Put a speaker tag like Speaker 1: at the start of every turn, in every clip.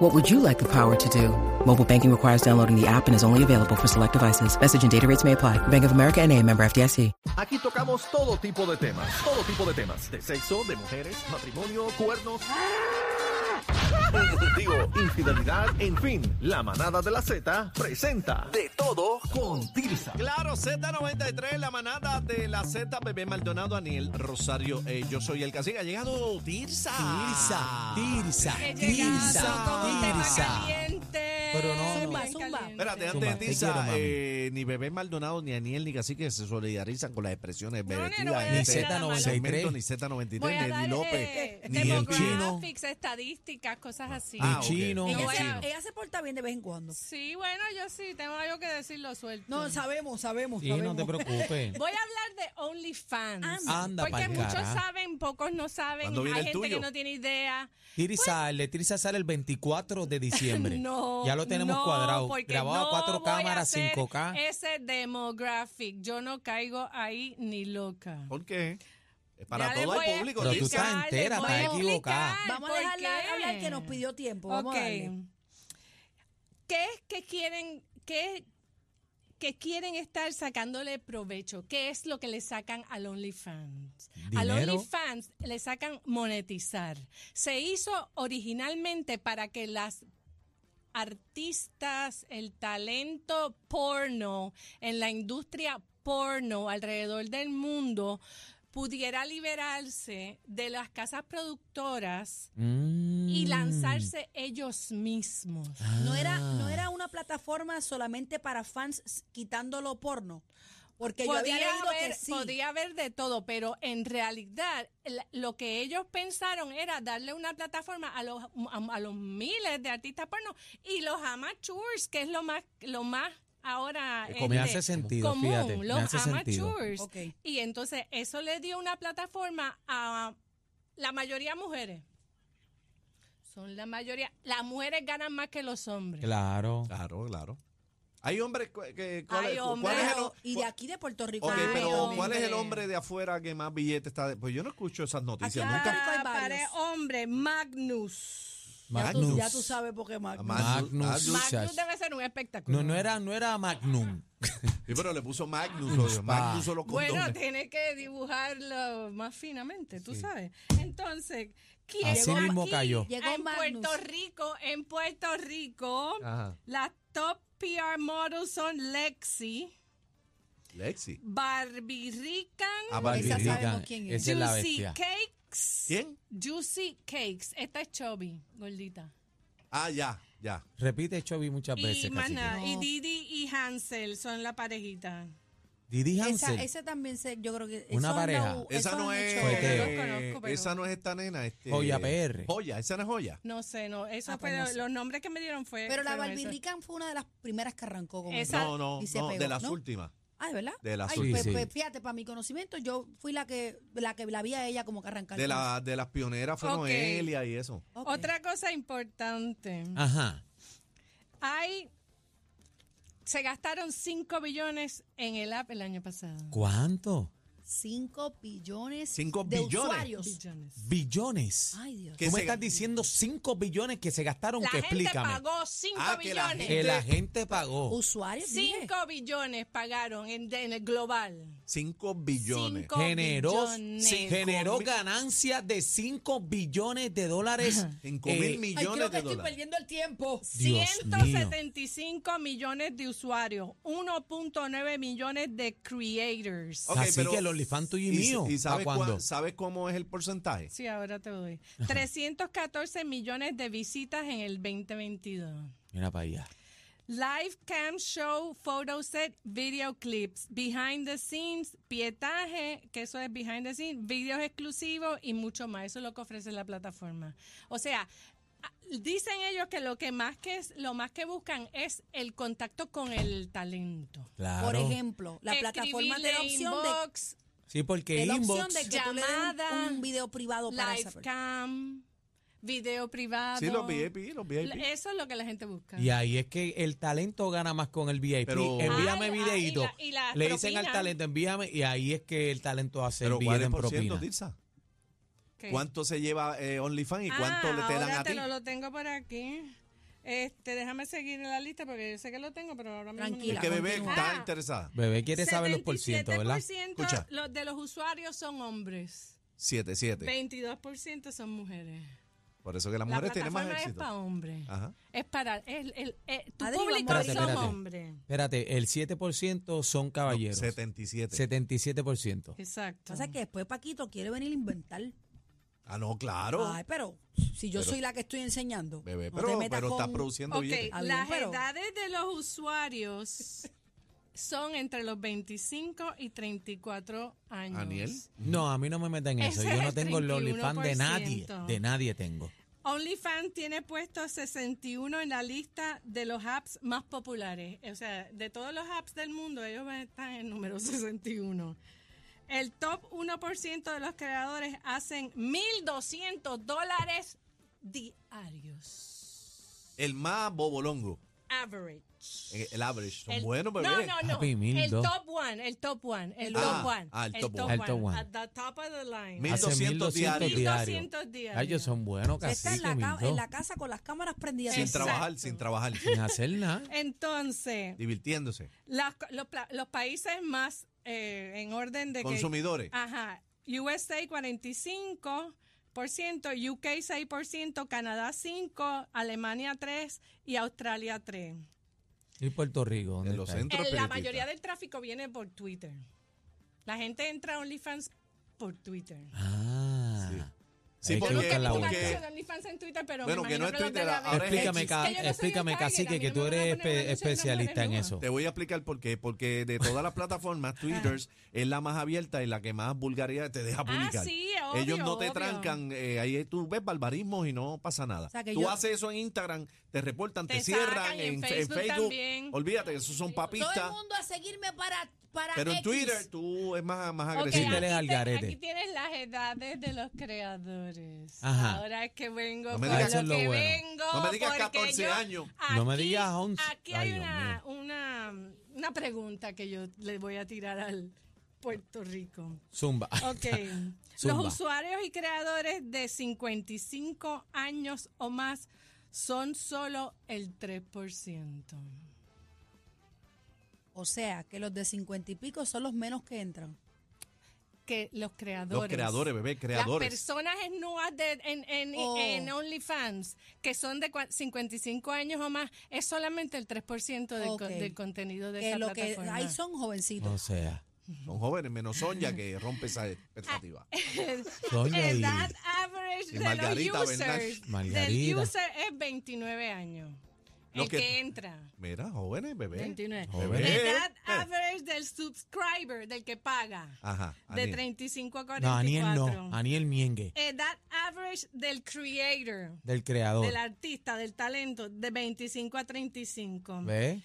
Speaker 1: What would you like the power to do? Mobile banking requires downloading the app and is only available for select devices. Message and data rates may apply. Bank of America and a member FDIC.
Speaker 2: Aquí tocamos todo tipo de temas, todo tipo de temas, de sexo, de mujeres, matrimonio, cuernos, digo, infidelidad, en fin, la manada de la Z presenta de todo con Tirsa.
Speaker 3: Claro, Z93, la manada de la Z, bebé Maldonado, Daniel Rosario. eh, yo soy el cacique. Ha llegado Tirsa.
Speaker 4: Tirsa, Tirsa,
Speaker 5: He
Speaker 4: Tirsa,
Speaker 5: llegado con un tema
Speaker 4: Tirsa.
Speaker 5: caliente.
Speaker 4: Pero no, no.
Speaker 5: Bien
Speaker 4: Zumba,
Speaker 5: caliente.
Speaker 3: Espérate, antes
Speaker 4: Zumba,
Speaker 3: de
Speaker 4: te
Speaker 3: Tirsa,
Speaker 4: quiero, mami.
Speaker 3: eh, ni bebé Maldonado, ni Aniel, ni cacique se solidarizan con las expresiones
Speaker 5: no, no
Speaker 3: bebetidas.
Speaker 5: voy a
Speaker 3: en
Speaker 5: decir
Speaker 3: este
Speaker 5: nada malo.
Speaker 3: segmento, Ni
Speaker 5: Voy a
Speaker 3: Z93, ni
Speaker 5: darle eh,
Speaker 3: López, ni el chino.
Speaker 5: demographics, estadísticas, cosas así.
Speaker 4: Ni
Speaker 3: Ah, ok.
Speaker 4: chino.
Speaker 5: Ni
Speaker 6: Ella,
Speaker 5: Bueno.
Speaker 6: se,
Speaker 5: chino.
Speaker 6: ella se porta bien de vez en cuando.
Speaker 5: Sí, bueno, yo sí tengo algo que decirlo suelto.
Speaker 6: No, sabemos, sabemos.
Speaker 4: Sí, no
Speaker 6: sabemos.
Speaker 4: te preocupes.
Speaker 5: Voy a hablar de OnlyFans.
Speaker 6: Anda.
Speaker 4: Anda
Speaker 5: porque
Speaker 4: pa'l
Speaker 5: muchos
Speaker 4: cara.
Speaker 5: saben, pocos no saben.
Speaker 3: ¿Cuándo
Speaker 5: Hay
Speaker 3: viene el
Speaker 5: gente
Speaker 3: tuyo?
Speaker 5: que no tiene idea.
Speaker 4: Tirsa, el de Tirsa sale el 24 de diciembre.
Speaker 5: pues No.
Speaker 4: Ya lo tenemos
Speaker 5: no,
Speaker 4: cuadrado.
Speaker 5: porque
Speaker 4: Grabado
Speaker 5: no
Speaker 4: a cuatro
Speaker 5: voy a
Speaker 4: cámaras,
Speaker 5: hacer
Speaker 4: 5K.
Speaker 5: Ese demographic. Yo no caigo ahí ni loca.
Speaker 3: ¿Por qué? Es Para
Speaker 5: Ya les
Speaker 3: todo
Speaker 5: voy
Speaker 3: el
Speaker 5: a
Speaker 3: público,
Speaker 4: Pero tú
Speaker 3: Tirsa.
Speaker 4: estás
Speaker 5: explicar, les
Speaker 4: entera,
Speaker 5: voy
Speaker 4: estás
Speaker 5: a explicar
Speaker 4: equivocada.
Speaker 6: Vamos a
Speaker 5: por
Speaker 6: dejarla
Speaker 5: qué.
Speaker 6: hablar que nos pidió tiempo. Vamos
Speaker 5: Ok.
Speaker 6: a darle.
Speaker 5: ¿Qué es que quieren, qué, que quieren estar sacándole provecho? ¿Qué es lo que le sacan al OnlyFans? Al
Speaker 4: Dinero.
Speaker 5: OnlyFans le sacan monetizar. Se hizo originalmente para que las artistas, el talento porno en la industria porno alrededor del mundo pudiera liberarse de las casas productoras y
Speaker 4: Mm. Ah.
Speaker 5: lanzarse ellos mismos.
Speaker 6: No era,
Speaker 3: Ah.
Speaker 6: no era una plataforma solamente para fans s- quitándolo porno. Porque yo había leído
Speaker 5: haber,
Speaker 6: que sí.
Speaker 5: podía haber de todo, pero en realidad el- lo que ellos pensaron era darle una plataforma a los, a, a los miles de artistas porno y los amateurs, que es lo más, lo más ahora
Speaker 4: Eh,
Speaker 5: este,
Speaker 4: Como me hace sentido,
Speaker 5: común,
Speaker 4: fíjate. Me
Speaker 5: los
Speaker 4: hace sentido.
Speaker 5: amateurs.
Speaker 6: Ok.
Speaker 5: Y entonces eso le dio una plataforma a la mayoría mujeres. Son la mayoría. Las mujeres ganan más que los hombres.
Speaker 4: Claro.
Speaker 3: Claro, claro. Hay hombres cu- que... ¿cuál
Speaker 5: Hay
Speaker 3: es-
Speaker 5: hombres.
Speaker 3: ¿Cuál es el
Speaker 6: Pero-
Speaker 3: o-
Speaker 6: y de aquí de Puerto Rico.
Speaker 3: Ok,
Speaker 5: Ay,
Speaker 3: pero ¿cuál es el
Speaker 5: hombre.
Speaker 3: hombre de afuera que más billete está? de- Pues yo no escucho esas noticias
Speaker 6: Aquí
Speaker 3: nunca.
Speaker 6: Puerto Rico hay
Speaker 5: Ah,
Speaker 6: varios.
Speaker 5: para el hombre, Magnus.
Speaker 6: Ya
Speaker 4: Magnus.
Speaker 6: tú, ya tú sabes por qué Magnus.
Speaker 3: Magnus.
Speaker 4: Magnus.
Speaker 5: Magnus debe ser un espectáculo.
Speaker 4: No, no era, no era Magnum.
Speaker 3: Sí, pero le puso Magnus, lo de Magnus o los condones.
Speaker 5: Bueno, tiene que dibujarlo más finamente, tú sabes. Entonces, ¿quién
Speaker 4: Así
Speaker 5: aquí
Speaker 4: mismo cayó.
Speaker 6: Llegó
Speaker 5: en
Speaker 6: Magnus.
Speaker 5: Puerto Rico, en Puerto Rico,
Speaker 3: Ajá.
Speaker 5: las top PR models son Lexi,
Speaker 3: Lexi.
Speaker 5: Barbie Rican,
Speaker 3: Ah, Barbie
Speaker 6: Esa
Speaker 3: Rican.
Speaker 6: sabemos quién es.
Speaker 4: Esa es la
Speaker 5: Juicy
Speaker 4: bestia.
Speaker 5: Cakes.
Speaker 3: ¿Quién?
Speaker 5: Juicy Cakes. Esta es Chubby, gordita.
Speaker 3: Ah, ya, ya.
Speaker 4: Repite Chovy muchas veces.
Speaker 5: Y, más
Speaker 4: cacique.
Speaker 5: nada. y
Speaker 6: No.
Speaker 5: Didi y Hansel son la parejita.
Speaker 4: Didi
Speaker 6: Esa,
Speaker 4: Hansel.
Speaker 6: esa también se, yo creo que
Speaker 4: Una
Speaker 6: eso
Speaker 4: pareja.
Speaker 6: no-
Speaker 3: Esa
Speaker 6: eso
Speaker 3: no
Speaker 6: han
Speaker 3: es. eh,
Speaker 6: hecho.
Speaker 4: Fueteo.
Speaker 5: Yo los conozco, pero-
Speaker 3: Esa no es esta nena. Este,
Speaker 4: Joya PR.
Speaker 3: Joya, esa no es joya.
Speaker 5: No sé, no. Eso
Speaker 6: Ah, pues
Speaker 5: fue-
Speaker 6: no sé.
Speaker 5: los nombres que me dieron fue.
Speaker 6: Pero la
Speaker 5: fueron esos.
Speaker 6: Barbirrican fue una de las primeras que arrancó con
Speaker 5: Esa-
Speaker 3: No, no,
Speaker 6: Y se
Speaker 3: no, de
Speaker 6: pegó,
Speaker 3: las
Speaker 6: ¿no?
Speaker 3: últimas.
Speaker 6: Ah, ¿verdad?
Speaker 3: De la
Speaker 6: Ay,
Speaker 4: azul.
Speaker 6: pues,
Speaker 4: Sí, sí.
Speaker 6: pues, fíjate, para mi conocimiento, yo fui la que la que la vi a ella como que arrancar.
Speaker 3: De, la, de las pioneras fueron
Speaker 5: Ok.
Speaker 3: Elia y eso.
Speaker 6: Ok.
Speaker 5: Otra cosa importante.
Speaker 3: Ah.
Speaker 4: Ajá.
Speaker 5: Hay. Se gastaron 5 billones en el app el año pasado.
Speaker 4: ¿Cuánto?
Speaker 6: Cinco billones
Speaker 3: Cinco
Speaker 6: de
Speaker 3: billones.
Speaker 6: usuarios.
Speaker 5: Billones.
Speaker 4: Billones.
Speaker 6: Ay, Dios.
Speaker 3: ¿Qué? Que
Speaker 4: Tú me
Speaker 3: se-
Speaker 4: estás diciendo 5 billones que se gastaron,
Speaker 5: La
Speaker 4: que
Speaker 5: gente
Speaker 4: explícame.
Speaker 5: pagó 5
Speaker 3: Ah, que la
Speaker 5: billones.
Speaker 4: Que la gente pagó.
Speaker 6: Usuarios. dije.
Speaker 5: 5 billones pagaron en, en el global.
Speaker 3: 5 billones.
Speaker 5: Cinco
Speaker 4: Generó,
Speaker 5: billones.
Speaker 4: sí, generó ganancias de 5 billones de dólares.
Speaker 3: 5 mil
Speaker 4: millones.
Speaker 6: Ay,
Speaker 3: millones
Speaker 6: creo que
Speaker 3: de
Speaker 6: estoy
Speaker 3: dólares.
Speaker 6: perdiendo el tiempo.
Speaker 4: Dios mío.
Speaker 5: 175 millones de usuarios, 1.9 millones de creators.
Speaker 3: Ok,
Speaker 4: Así
Speaker 3: pero-
Speaker 4: que el OnlyFans tuyo y,
Speaker 3: ¿Y,
Speaker 4: mío.
Speaker 3: y
Speaker 4: ¿Para
Speaker 3: sabes,
Speaker 4: cuándo?
Speaker 3: cuán- sabes cómo es el porcentaje?
Speaker 5: Sí, ahora te doy. 314 millones de visitas en el 2022.
Speaker 4: Mira para allá.
Speaker 5: Live cam show, photo set, video clips, behind the scenes, pietaje, que eso es behind the scenes, videos exclusivos y mucho más. Eso es lo que ofrece la plataforma. O sea, dicen ellos que lo que más que es, lo más que buscan es el contacto con el talento.
Speaker 4: Claro.
Speaker 6: Por ejemplo, la plataforma de la opción de,
Speaker 5: inbox,
Speaker 4: Sí, porque
Speaker 6: de la opción
Speaker 4: inbox.
Speaker 6: de que tú le des un-
Speaker 5: llamada,
Speaker 6: un, video privado para esa
Speaker 5: live
Speaker 6: persona.
Speaker 5: cam, video privado.
Speaker 3: Sí, los VIP, los VIP.
Speaker 5: Ah, La- Eso es lo que la gente busca.
Speaker 4: Y ahí es que el talento gana más con el VIP.
Speaker 3: Pero-
Speaker 4: envíame
Speaker 5: Ay, ay,
Speaker 4: videíto.
Speaker 5: y la- y la
Speaker 4: Le dicen al
Speaker 5: propina.
Speaker 4: talento, envíame. Y ahí es que el talento hace el
Speaker 3: Pero
Speaker 4: billete
Speaker 3: ¿cuál es
Speaker 4: en
Speaker 3: por ciento,
Speaker 4: propina.
Speaker 3: Tirsa?
Speaker 5: ¿Qué?
Speaker 3: ¿Cuánto se lleva eh, OnlyFans y cuánto
Speaker 5: Ah,
Speaker 3: le te dan
Speaker 5: ahora
Speaker 3: a ti?
Speaker 5: Te lo, lo tengo por aquí. Este, déjame seguir en la lista porque yo sé que lo tengo, pero ahora mismo
Speaker 6: Tranquila.
Speaker 3: Es que bebé
Speaker 6: Continúa.
Speaker 3: está
Speaker 5: Ah.
Speaker 3: interesada.
Speaker 4: Bebé quiere saber los por ciento, ¿verdad?
Speaker 5: 77%
Speaker 3: Escucha.
Speaker 5: Los de los usuarios son hombres.
Speaker 3: 7, 7.
Speaker 5: 22% son mujeres.
Speaker 3: Por eso que las
Speaker 5: La
Speaker 3: mujeres tienen más
Speaker 5: plataforma es para
Speaker 3: éxito.
Speaker 5: hombres.
Speaker 3: Ajá.
Speaker 5: Es para el, el- eh, tu
Speaker 6: Adri,
Speaker 5: público
Speaker 6: vamos
Speaker 4: Espérate,
Speaker 5: son
Speaker 6: a-
Speaker 4: espérate.
Speaker 5: hombres.
Speaker 4: Espérate, el 7% son caballeros.
Speaker 3: 77.
Speaker 4: 77%.
Speaker 5: Exacto.
Speaker 6: Pasa que después Paquito quiere venir a inventar.
Speaker 3: Ah, no, claro.
Speaker 6: Ay, pero si yo soy la que estoy enseñando.
Speaker 3: bebé,
Speaker 6: no
Speaker 3: pero,
Speaker 6: te metas
Speaker 3: pero estás
Speaker 6: con-
Speaker 3: produciendo
Speaker 5: Ok,
Speaker 3: billetes.
Speaker 6: Ah, bien,
Speaker 5: las
Speaker 6: pero-
Speaker 5: edades de los usuarios son entre los 25 y 34 años.
Speaker 3: Aniel.
Speaker 4: No, a mí no me meten en eso.
Speaker 5: Ese
Speaker 4: Yo
Speaker 5: es
Speaker 4: no
Speaker 5: el
Speaker 4: tengo el OnlyFans de nadie.
Speaker 5: 31%.
Speaker 4: De nadie tengo.
Speaker 5: OnlyFans tiene puesto 61 en la lista de los apps más populares. O sea, de todos los apps del mundo, ellos van- están en número 61. El top 1% de los creadores hacen 1.200 dólares diarios.
Speaker 3: El más bobolongo.
Speaker 5: Average.
Speaker 3: eh, El average. Son
Speaker 5: El-
Speaker 3: buenos, bebé.
Speaker 5: No, no, no.
Speaker 4: Papi, mil
Speaker 5: el
Speaker 4: dos.
Speaker 5: top one, el top one, el
Speaker 3: Ah,
Speaker 5: top one.
Speaker 3: ah, el top one.
Speaker 4: El top one.
Speaker 5: At the top of the line.
Speaker 3: Mil-
Speaker 4: Hace
Speaker 3: 1200
Speaker 4: 1200
Speaker 5: diarios.
Speaker 4: Ay, ellos son buenos
Speaker 6: Se está
Speaker 4: casi.
Speaker 6: en la, ca- en la casa con las cámaras prendidas.
Speaker 3: Sin
Speaker 5: Exacto.
Speaker 3: trabajar, sin trabajar.
Speaker 4: Sin hacer nada.
Speaker 5: Entonces,
Speaker 3: divirtiéndose.
Speaker 5: las co- los, pla- los países más eh, en orden de que-
Speaker 3: Consumidores.
Speaker 5: Ajá. USA 45%, UK 6%, Canadá 5%, Alemania 3% y Australia 3%.
Speaker 4: Y Puerto Rico. ¿dónde
Speaker 3: En los
Speaker 4: está?
Speaker 3: centros
Speaker 5: Eh, la
Speaker 3: espiritistas.
Speaker 5: mayoría del tráfico viene por Twitter. La gente entra a OnlyFans por Twitter.
Speaker 4: Ah.
Speaker 3: Sí. Sí,
Speaker 4: Hay que
Speaker 5: Yo nunca
Speaker 3: porque,
Speaker 5: he
Speaker 4: buscar la
Speaker 5: visto una
Speaker 4: vuelta.
Speaker 3: porque-
Speaker 5: anuncio de OnlyFans en Twitter, pero
Speaker 3: Bueno,
Speaker 5: me
Speaker 3: que no
Speaker 5: imagino
Speaker 3: es
Speaker 5: que los
Speaker 3: Twitter,
Speaker 5: deben haber
Speaker 3: ahora es
Speaker 5: hecho.
Speaker 4: Explícame,
Speaker 3: X.
Speaker 4: ca-
Speaker 5: Es que yo no soy el
Speaker 4: explícame
Speaker 5: target,
Speaker 4: cacique,
Speaker 5: a mí
Speaker 4: que
Speaker 5: no
Speaker 4: tú
Speaker 5: me van a
Speaker 4: eres
Speaker 5: poner
Speaker 4: espe-
Speaker 5: anuncios de
Speaker 4: especialista en
Speaker 5: mujeres
Speaker 4: eso.
Speaker 3: Te voy a explicar por qué. Porque de todas las plataformas, Twitter es la más abierta y la que más vulgaridad te deja publicar.
Speaker 5: Ah, sí, obvio,
Speaker 3: Ellos no te
Speaker 5: obvio.
Speaker 3: trancan. eh, ahí tú ves barbarismos y no pasa nada.
Speaker 6: sea, que
Speaker 3: tú
Speaker 6: yo-
Speaker 3: haces eso en Instagram, te reportan, te,
Speaker 5: Te
Speaker 3: cierran
Speaker 5: sacan, y en
Speaker 3: en, en
Speaker 5: Facebook
Speaker 3: Facebook.
Speaker 5: también.
Speaker 3: Olvídate que esos son
Speaker 6: Todo
Speaker 3: papistas.
Speaker 6: el mundo a seguirme para, para
Speaker 3: Pero en
Speaker 6: X.
Speaker 3: Twitter tú es más, más
Speaker 4: Ah,
Speaker 5: Ok,
Speaker 3: agresivo.
Speaker 4: Twitter es al
Speaker 5: te-
Speaker 4: garete.
Speaker 5: aquí tienes las edades de los creadores.
Speaker 4: Ajá.
Speaker 5: Ahora es que vengo
Speaker 3: No me
Speaker 5: con
Speaker 3: digas-
Speaker 5: lo
Speaker 4: Eso es lo
Speaker 5: que
Speaker 4: bueno.
Speaker 5: vengo.
Speaker 3: No me digas
Speaker 5: porque
Speaker 3: 14
Speaker 5: yo-
Speaker 3: años.
Speaker 4: No me digas 11.
Speaker 5: Aquí hay
Speaker 4: Ay, Dios
Speaker 5: una, una, una pregunta que yo le voy a tirar al Puerto Rico.
Speaker 4: Zumba.
Speaker 5: Ok.
Speaker 4: Zumba.
Speaker 5: Los usuarios y creadores de 55 años o más son solo el 3%.
Speaker 6: O sea, que los de cincuenta y pico son los menos que entran.
Speaker 5: Que los creadores.
Speaker 3: Los creadores, bebé,
Speaker 5: Las
Speaker 3: creadores.
Speaker 5: personas en nuevas de- en, en-
Speaker 6: Oh.
Speaker 5: en OnlyFans, que son de cua- 55 años o más, es solamente el 3% del,
Speaker 6: Ok.
Speaker 5: con- del contenido de
Speaker 6: Que
Speaker 5: esa
Speaker 6: lo que
Speaker 5: plataforma.
Speaker 6: ahí son jovencitos.
Speaker 4: O sea,
Speaker 3: Son jóvenes, menos Sonia que rompe esa expectativa.
Speaker 4: Sonia y-
Speaker 5: Edad average
Speaker 3: Y
Speaker 5: de
Speaker 3: Margarita
Speaker 5: los
Speaker 3: Bernal.
Speaker 5: users. Del
Speaker 4: Margarita.
Speaker 5: user es 29 años.
Speaker 3: Lo
Speaker 5: el
Speaker 3: que-
Speaker 5: que, entra.
Speaker 3: Mira, jóvenes, bebé.
Speaker 5: 29.
Speaker 4: Joven.
Speaker 5: Edad
Speaker 3: Eh.
Speaker 5: average del subscriber, del que paga.
Speaker 3: Ajá.
Speaker 5: de
Speaker 3: Aniel.
Speaker 5: 35 a 44.
Speaker 4: No, Aniel no. Aniel Miengue.
Speaker 5: Edad average del creator.
Speaker 4: Del creador.
Speaker 5: Del artista, del talento, de 25 a 35.
Speaker 4: ¿Ves?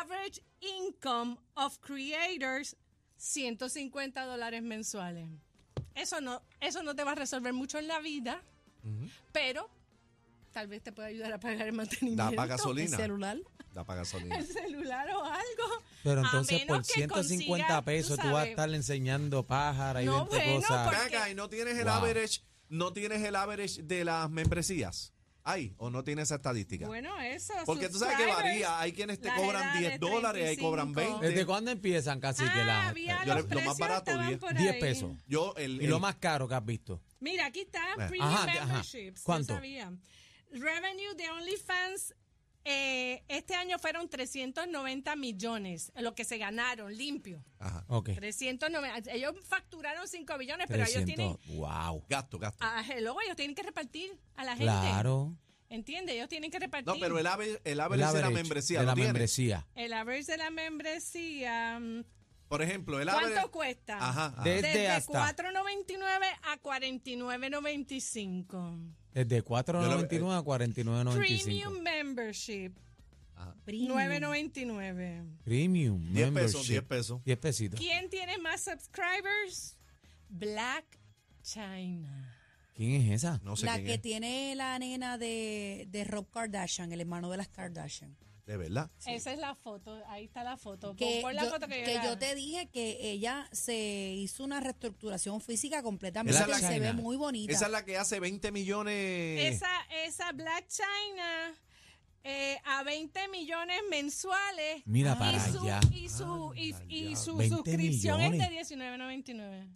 Speaker 5: Average income of creators, 150 dólares mensuales. Eso no, eso no te va a resolver mucho en la vida, pero tal vez te puede ayudar a pagar el mantenimiento.
Speaker 3: Da para
Speaker 6: El
Speaker 3: gasolina.
Speaker 6: celular.
Speaker 3: Da para gasolina.
Speaker 5: El celular o algo.
Speaker 4: Pero
Speaker 5: A
Speaker 4: entonces
Speaker 5: menos
Speaker 4: por
Speaker 5: que
Speaker 4: 150
Speaker 5: consigas,
Speaker 4: pesos tú, vas a
Speaker 5: sabes,
Speaker 4: estar enseñando pájaras y
Speaker 5: No,
Speaker 4: 20
Speaker 5: bueno,
Speaker 4: cosas.
Speaker 5: porque-
Speaker 3: Ven acá, y no tienes el
Speaker 4: Wow.
Speaker 3: average, no tienes el average de las membresías. Ay, o no tienes esa estadística.
Speaker 5: Bueno, eso.
Speaker 3: Porque tú sabes que
Speaker 5: subscribers,
Speaker 3: varía, hay quienes te
Speaker 5: las
Speaker 3: cobran
Speaker 5: edades,
Speaker 3: 10 dólares, ahí cobran
Speaker 5: 35.
Speaker 3: 20.
Speaker 4: ¿Desde cuándo empiezan casi que
Speaker 5: Ah,
Speaker 4: las
Speaker 7: eh,
Speaker 5: había
Speaker 3: yo
Speaker 5: los
Speaker 3: le- lo más
Speaker 5: precios
Speaker 3: barato,
Speaker 5: estaban
Speaker 3: 10.
Speaker 5: por
Speaker 4: 10
Speaker 5: ahí.
Speaker 4: pesos?
Speaker 3: Yo, el,
Speaker 4: Y lo
Speaker 3: el-
Speaker 4: más caro que has visto.
Speaker 5: Mira, aquí está
Speaker 3: Bueno.
Speaker 5: Premium
Speaker 4: Ajá, de- ajá.
Speaker 5: Memberships. yo
Speaker 4: ¿Cuánto?
Speaker 5: sabía. Revenue de OnlyFans eh, este año fueron 390 millones, lo que se ganaron limpio.
Speaker 3: Ajá.
Speaker 4: Ok.
Speaker 5: 390. Ellos facturaron 5 billones, pero ellos
Speaker 4: 300.
Speaker 5: tienen.
Speaker 4: Wow.
Speaker 3: Gasto, gasto.
Speaker 5: Ah, hello, ellos tienen que repartir a la gente.
Speaker 4: Claro.
Speaker 5: ¿Entiendes? Ellos tienen que repartir.
Speaker 3: no, Ah, pero el average, el average
Speaker 4: El
Speaker 3: de la
Speaker 4: average
Speaker 3: membresía.
Speaker 4: de
Speaker 3: ¿lo
Speaker 4: la
Speaker 3: tienes?
Speaker 4: membresía.
Speaker 5: El average de la membresía. mm,
Speaker 3: Por ejemplo, el average.
Speaker 5: ¿Cuánto cuesta?
Speaker 3: Ajá. ajá.
Speaker 4: De- Desde
Speaker 5: Desde
Speaker 4: hasta.
Speaker 5: 4.99 a 49.95.
Speaker 7: Desde 4.99 a
Speaker 5: Premium
Speaker 7: 49.95.
Speaker 5: membership,
Speaker 6: Premium.
Speaker 5: 9.99.
Speaker 7: Premium.
Speaker 3: 10 pesos,
Speaker 7: membership.
Speaker 3: 10 pesos.
Speaker 7: 10 pesitos.
Speaker 5: ¿Quién tiene más subscribers? Black China.
Speaker 7: ¿Quién es esa?
Speaker 3: No sé
Speaker 6: la
Speaker 3: quién
Speaker 6: que
Speaker 3: es.
Speaker 6: tiene la nena de, de Rob Kardashian, el hermano de las Kardashian.
Speaker 3: De verdad.
Speaker 5: Esa es la foto, ahí está la foto.
Speaker 6: Que,
Speaker 5: Pon- pon la
Speaker 6: yo,
Speaker 5: foto que,
Speaker 6: que
Speaker 5: yo,
Speaker 6: yo te dije que ella se hizo una reestructuración física
Speaker 3: Esa
Speaker 6: completamente.
Speaker 3: es la
Speaker 6: se ve
Speaker 7: China.
Speaker 6: muy bonita.
Speaker 3: Esa es la que hace 20 millones.
Speaker 5: Esa, esa Black China eh, a 20 millones mensuales.
Speaker 7: Mira
Speaker 5: y
Speaker 7: para
Speaker 5: su,
Speaker 7: allá. Ah,
Speaker 5: Y su, y, y su
Speaker 7: 20
Speaker 5: suscripción
Speaker 7: millones.
Speaker 5: es de 19.99.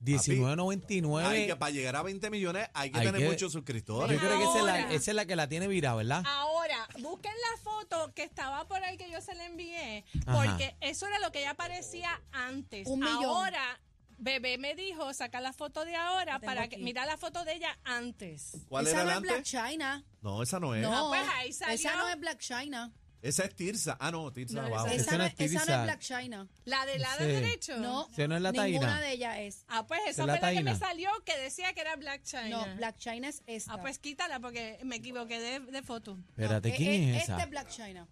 Speaker 3: Ay, que
Speaker 7: 19.99.
Speaker 3: para llegar a 20 millones hay que
Speaker 7: Hay
Speaker 3: tener
Speaker 7: que-
Speaker 3: muchos
Speaker 7: Yo
Speaker 3: suscriptores.
Speaker 7: creo que esa es, la,
Speaker 5: Ahora. Ah,
Speaker 7: esa es la que la tiene virada, ¿verdad?
Speaker 5: Ahora, busquen la foto que estaba por ahí que yo se la envié,
Speaker 7: Ajá.
Speaker 5: porque eso era lo que ya parecía antes.
Speaker 6: Un millón.
Speaker 5: Ahora, bebé me dijo, saca la foto de ahora
Speaker 6: La tengo
Speaker 5: para que
Speaker 6: aquí.
Speaker 5: mira la foto de ella antes.
Speaker 3: ¿Cuál
Speaker 6: Esa
Speaker 3: era
Speaker 6: no
Speaker 3: la
Speaker 6: es Black
Speaker 3: antes? ¿Eh?
Speaker 6: China.
Speaker 3: No, esa no es.
Speaker 6: No,
Speaker 5: pues ahí salió.
Speaker 6: esa no es Black China.
Speaker 3: Esa es Tirsa. Ah, no, Tirsa
Speaker 5: No,
Speaker 3: abajo.
Speaker 7: esa
Speaker 6: Esa,
Speaker 7: no
Speaker 6: no,
Speaker 7: es
Speaker 6: esa no
Speaker 7: Tirsa.
Speaker 6: es Black China.
Speaker 5: La del lado
Speaker 7: Sí.
Speaker 5: derecho.
Speaker 6: No,
Speaker 7: Esa no es la
Speaker 6: ninguna
Speaker 7: Taina.
Speaker 6: de ellas es.
Speaker 5: Ah, pues esa
Speaker 7: Es la
Speaker 5: fue la que me
Speaker 7: Taina.
Speaker 5: salió que decía que era Black China.
Speaker 6: No, Black China es esta.
Speaker 5: Ah, pues quítala porque me equivoqué de, de foto.
Speaker 6: No,
Speaker 7: Espérate,
Speaker 6: e-
Speaker 7: ¿quién
Speaker 6: e-
Speaker 7: es
Speaker 6: Este
Speaker 7: esa?
Speaker 3: Ah,
Speaker 6: es Black China.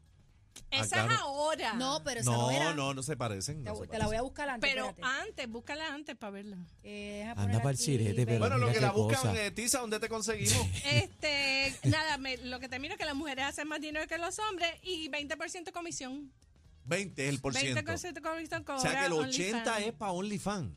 Speaker 5: Esa
Speaker 3: claro.
Speaker 5: es ahora.
Speaker 6: No, pero esa no,
Speaker 3: No,
Speaker 6: era.
Speaker 3: no, no se parecen.
Speaker 6: Te,
Speaker 3: no
Speaker 6: voy-
Speaker 3: se
Speaker 6: te la voy
Speaker 3: parecen.
Speaker 6: a buscar antes.
Speaker 5: Pero ah.
Speaker 6: espérate.
Speaker 5: antes, búscala antes para verla.
Speaker 6: Eh, deja
Speaker 7: Anda
Speaker 6: poner
Speaker 7: pa'l
Speaker 6: aquí,
Speaker 7: chirete,
Speaker 6: ve-
Speaker 7: pero-
Speaker 3: Bueno, lo
Speaker 7: Mira
Speaker 3: que
Speaker 7: qué
Speaker 3: la buscan,
Speaker 7: cosa.
Speaker 3: eh, Tirsa, ¿dónde te conseguimos?
Speaker 5: Este, nada, me- lo que termino es que las mujeres hacen más dinero que los hombres y 20% comisión.
Speaker 3: 20 es el por ciento.
Speaker 5: 20% comisión cobra
Speaker 3: O sea que el 80
Speaker 5: OnlyFans.
Speaker 3: es para OnlyFans.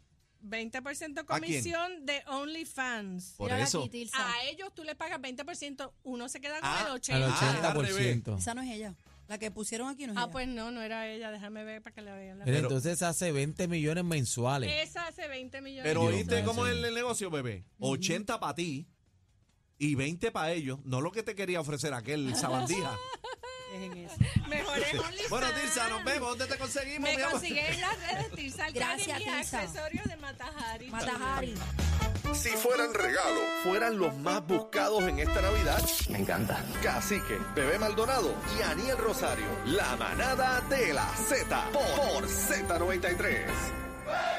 Speaker 5: 20%
Speaker 3: ¿A quién?
Speaker 5: comisión de OnlyFans.
Speaker 3: Por
Speaker 6: mírala
Speaker 3: eso.
Speaker 6: aquí, Tilsa.
Speaker 5: A ellos tú le pagas 20%, uno se queda con
Speaker 3: Ah,
Speaker 5: el
Speaker 7: Al
Speaker 5: 80%.
Speaker 3: Ah,
Speaker 7: 80%.
Speaker 6: Esa no es ella. La que pusieron aquí no es
Speaker 5: Ah,
Speaker 6: ella.
Speaker 5: pues no, no era ella, déjame ver para que la vean. la-
Speaker 7: Pero entonces hace 20 millones mensuales.
Speaker 5: Esa hace 20 millones.
Speaker 3: Pero
Speaker 7: Dios
Speaker 3: oíste
Speaker 7: mío,
Speaker 3: cómo es
Speaker 7: señor.
Speaker 3: el negocio, bebé. 80 para ti y 20 para ellos. No lo que te quería ofrecer aquel sabandija.
Speaker 6: Dejen eso.
Speaker 5: Mejor es OnlyFans.
Speaker 3: bueno, Tirsa, nos vemos. ¿Dónde te conseguimos? mi
Speaker 5: Me
Speaker 3: amor?
Speaker 5: consigue en las redes Tirsa Alcalde y
Speaker 6: Gracias,
Speaker 5: mis
Speaker 6: Tirsa.
Speaker 5: accesorios de Matajari.
Speaker 6: Matajari.
Speaker 8: Si fueran regalo,
Speaker 2: Fueran los más buscados en esta Navidad.
Speaker 8: me encanta.
Speaker 2: Cacique, Bebé Maldonado y Aniel Rosario. La manada de la Z por, por Z93.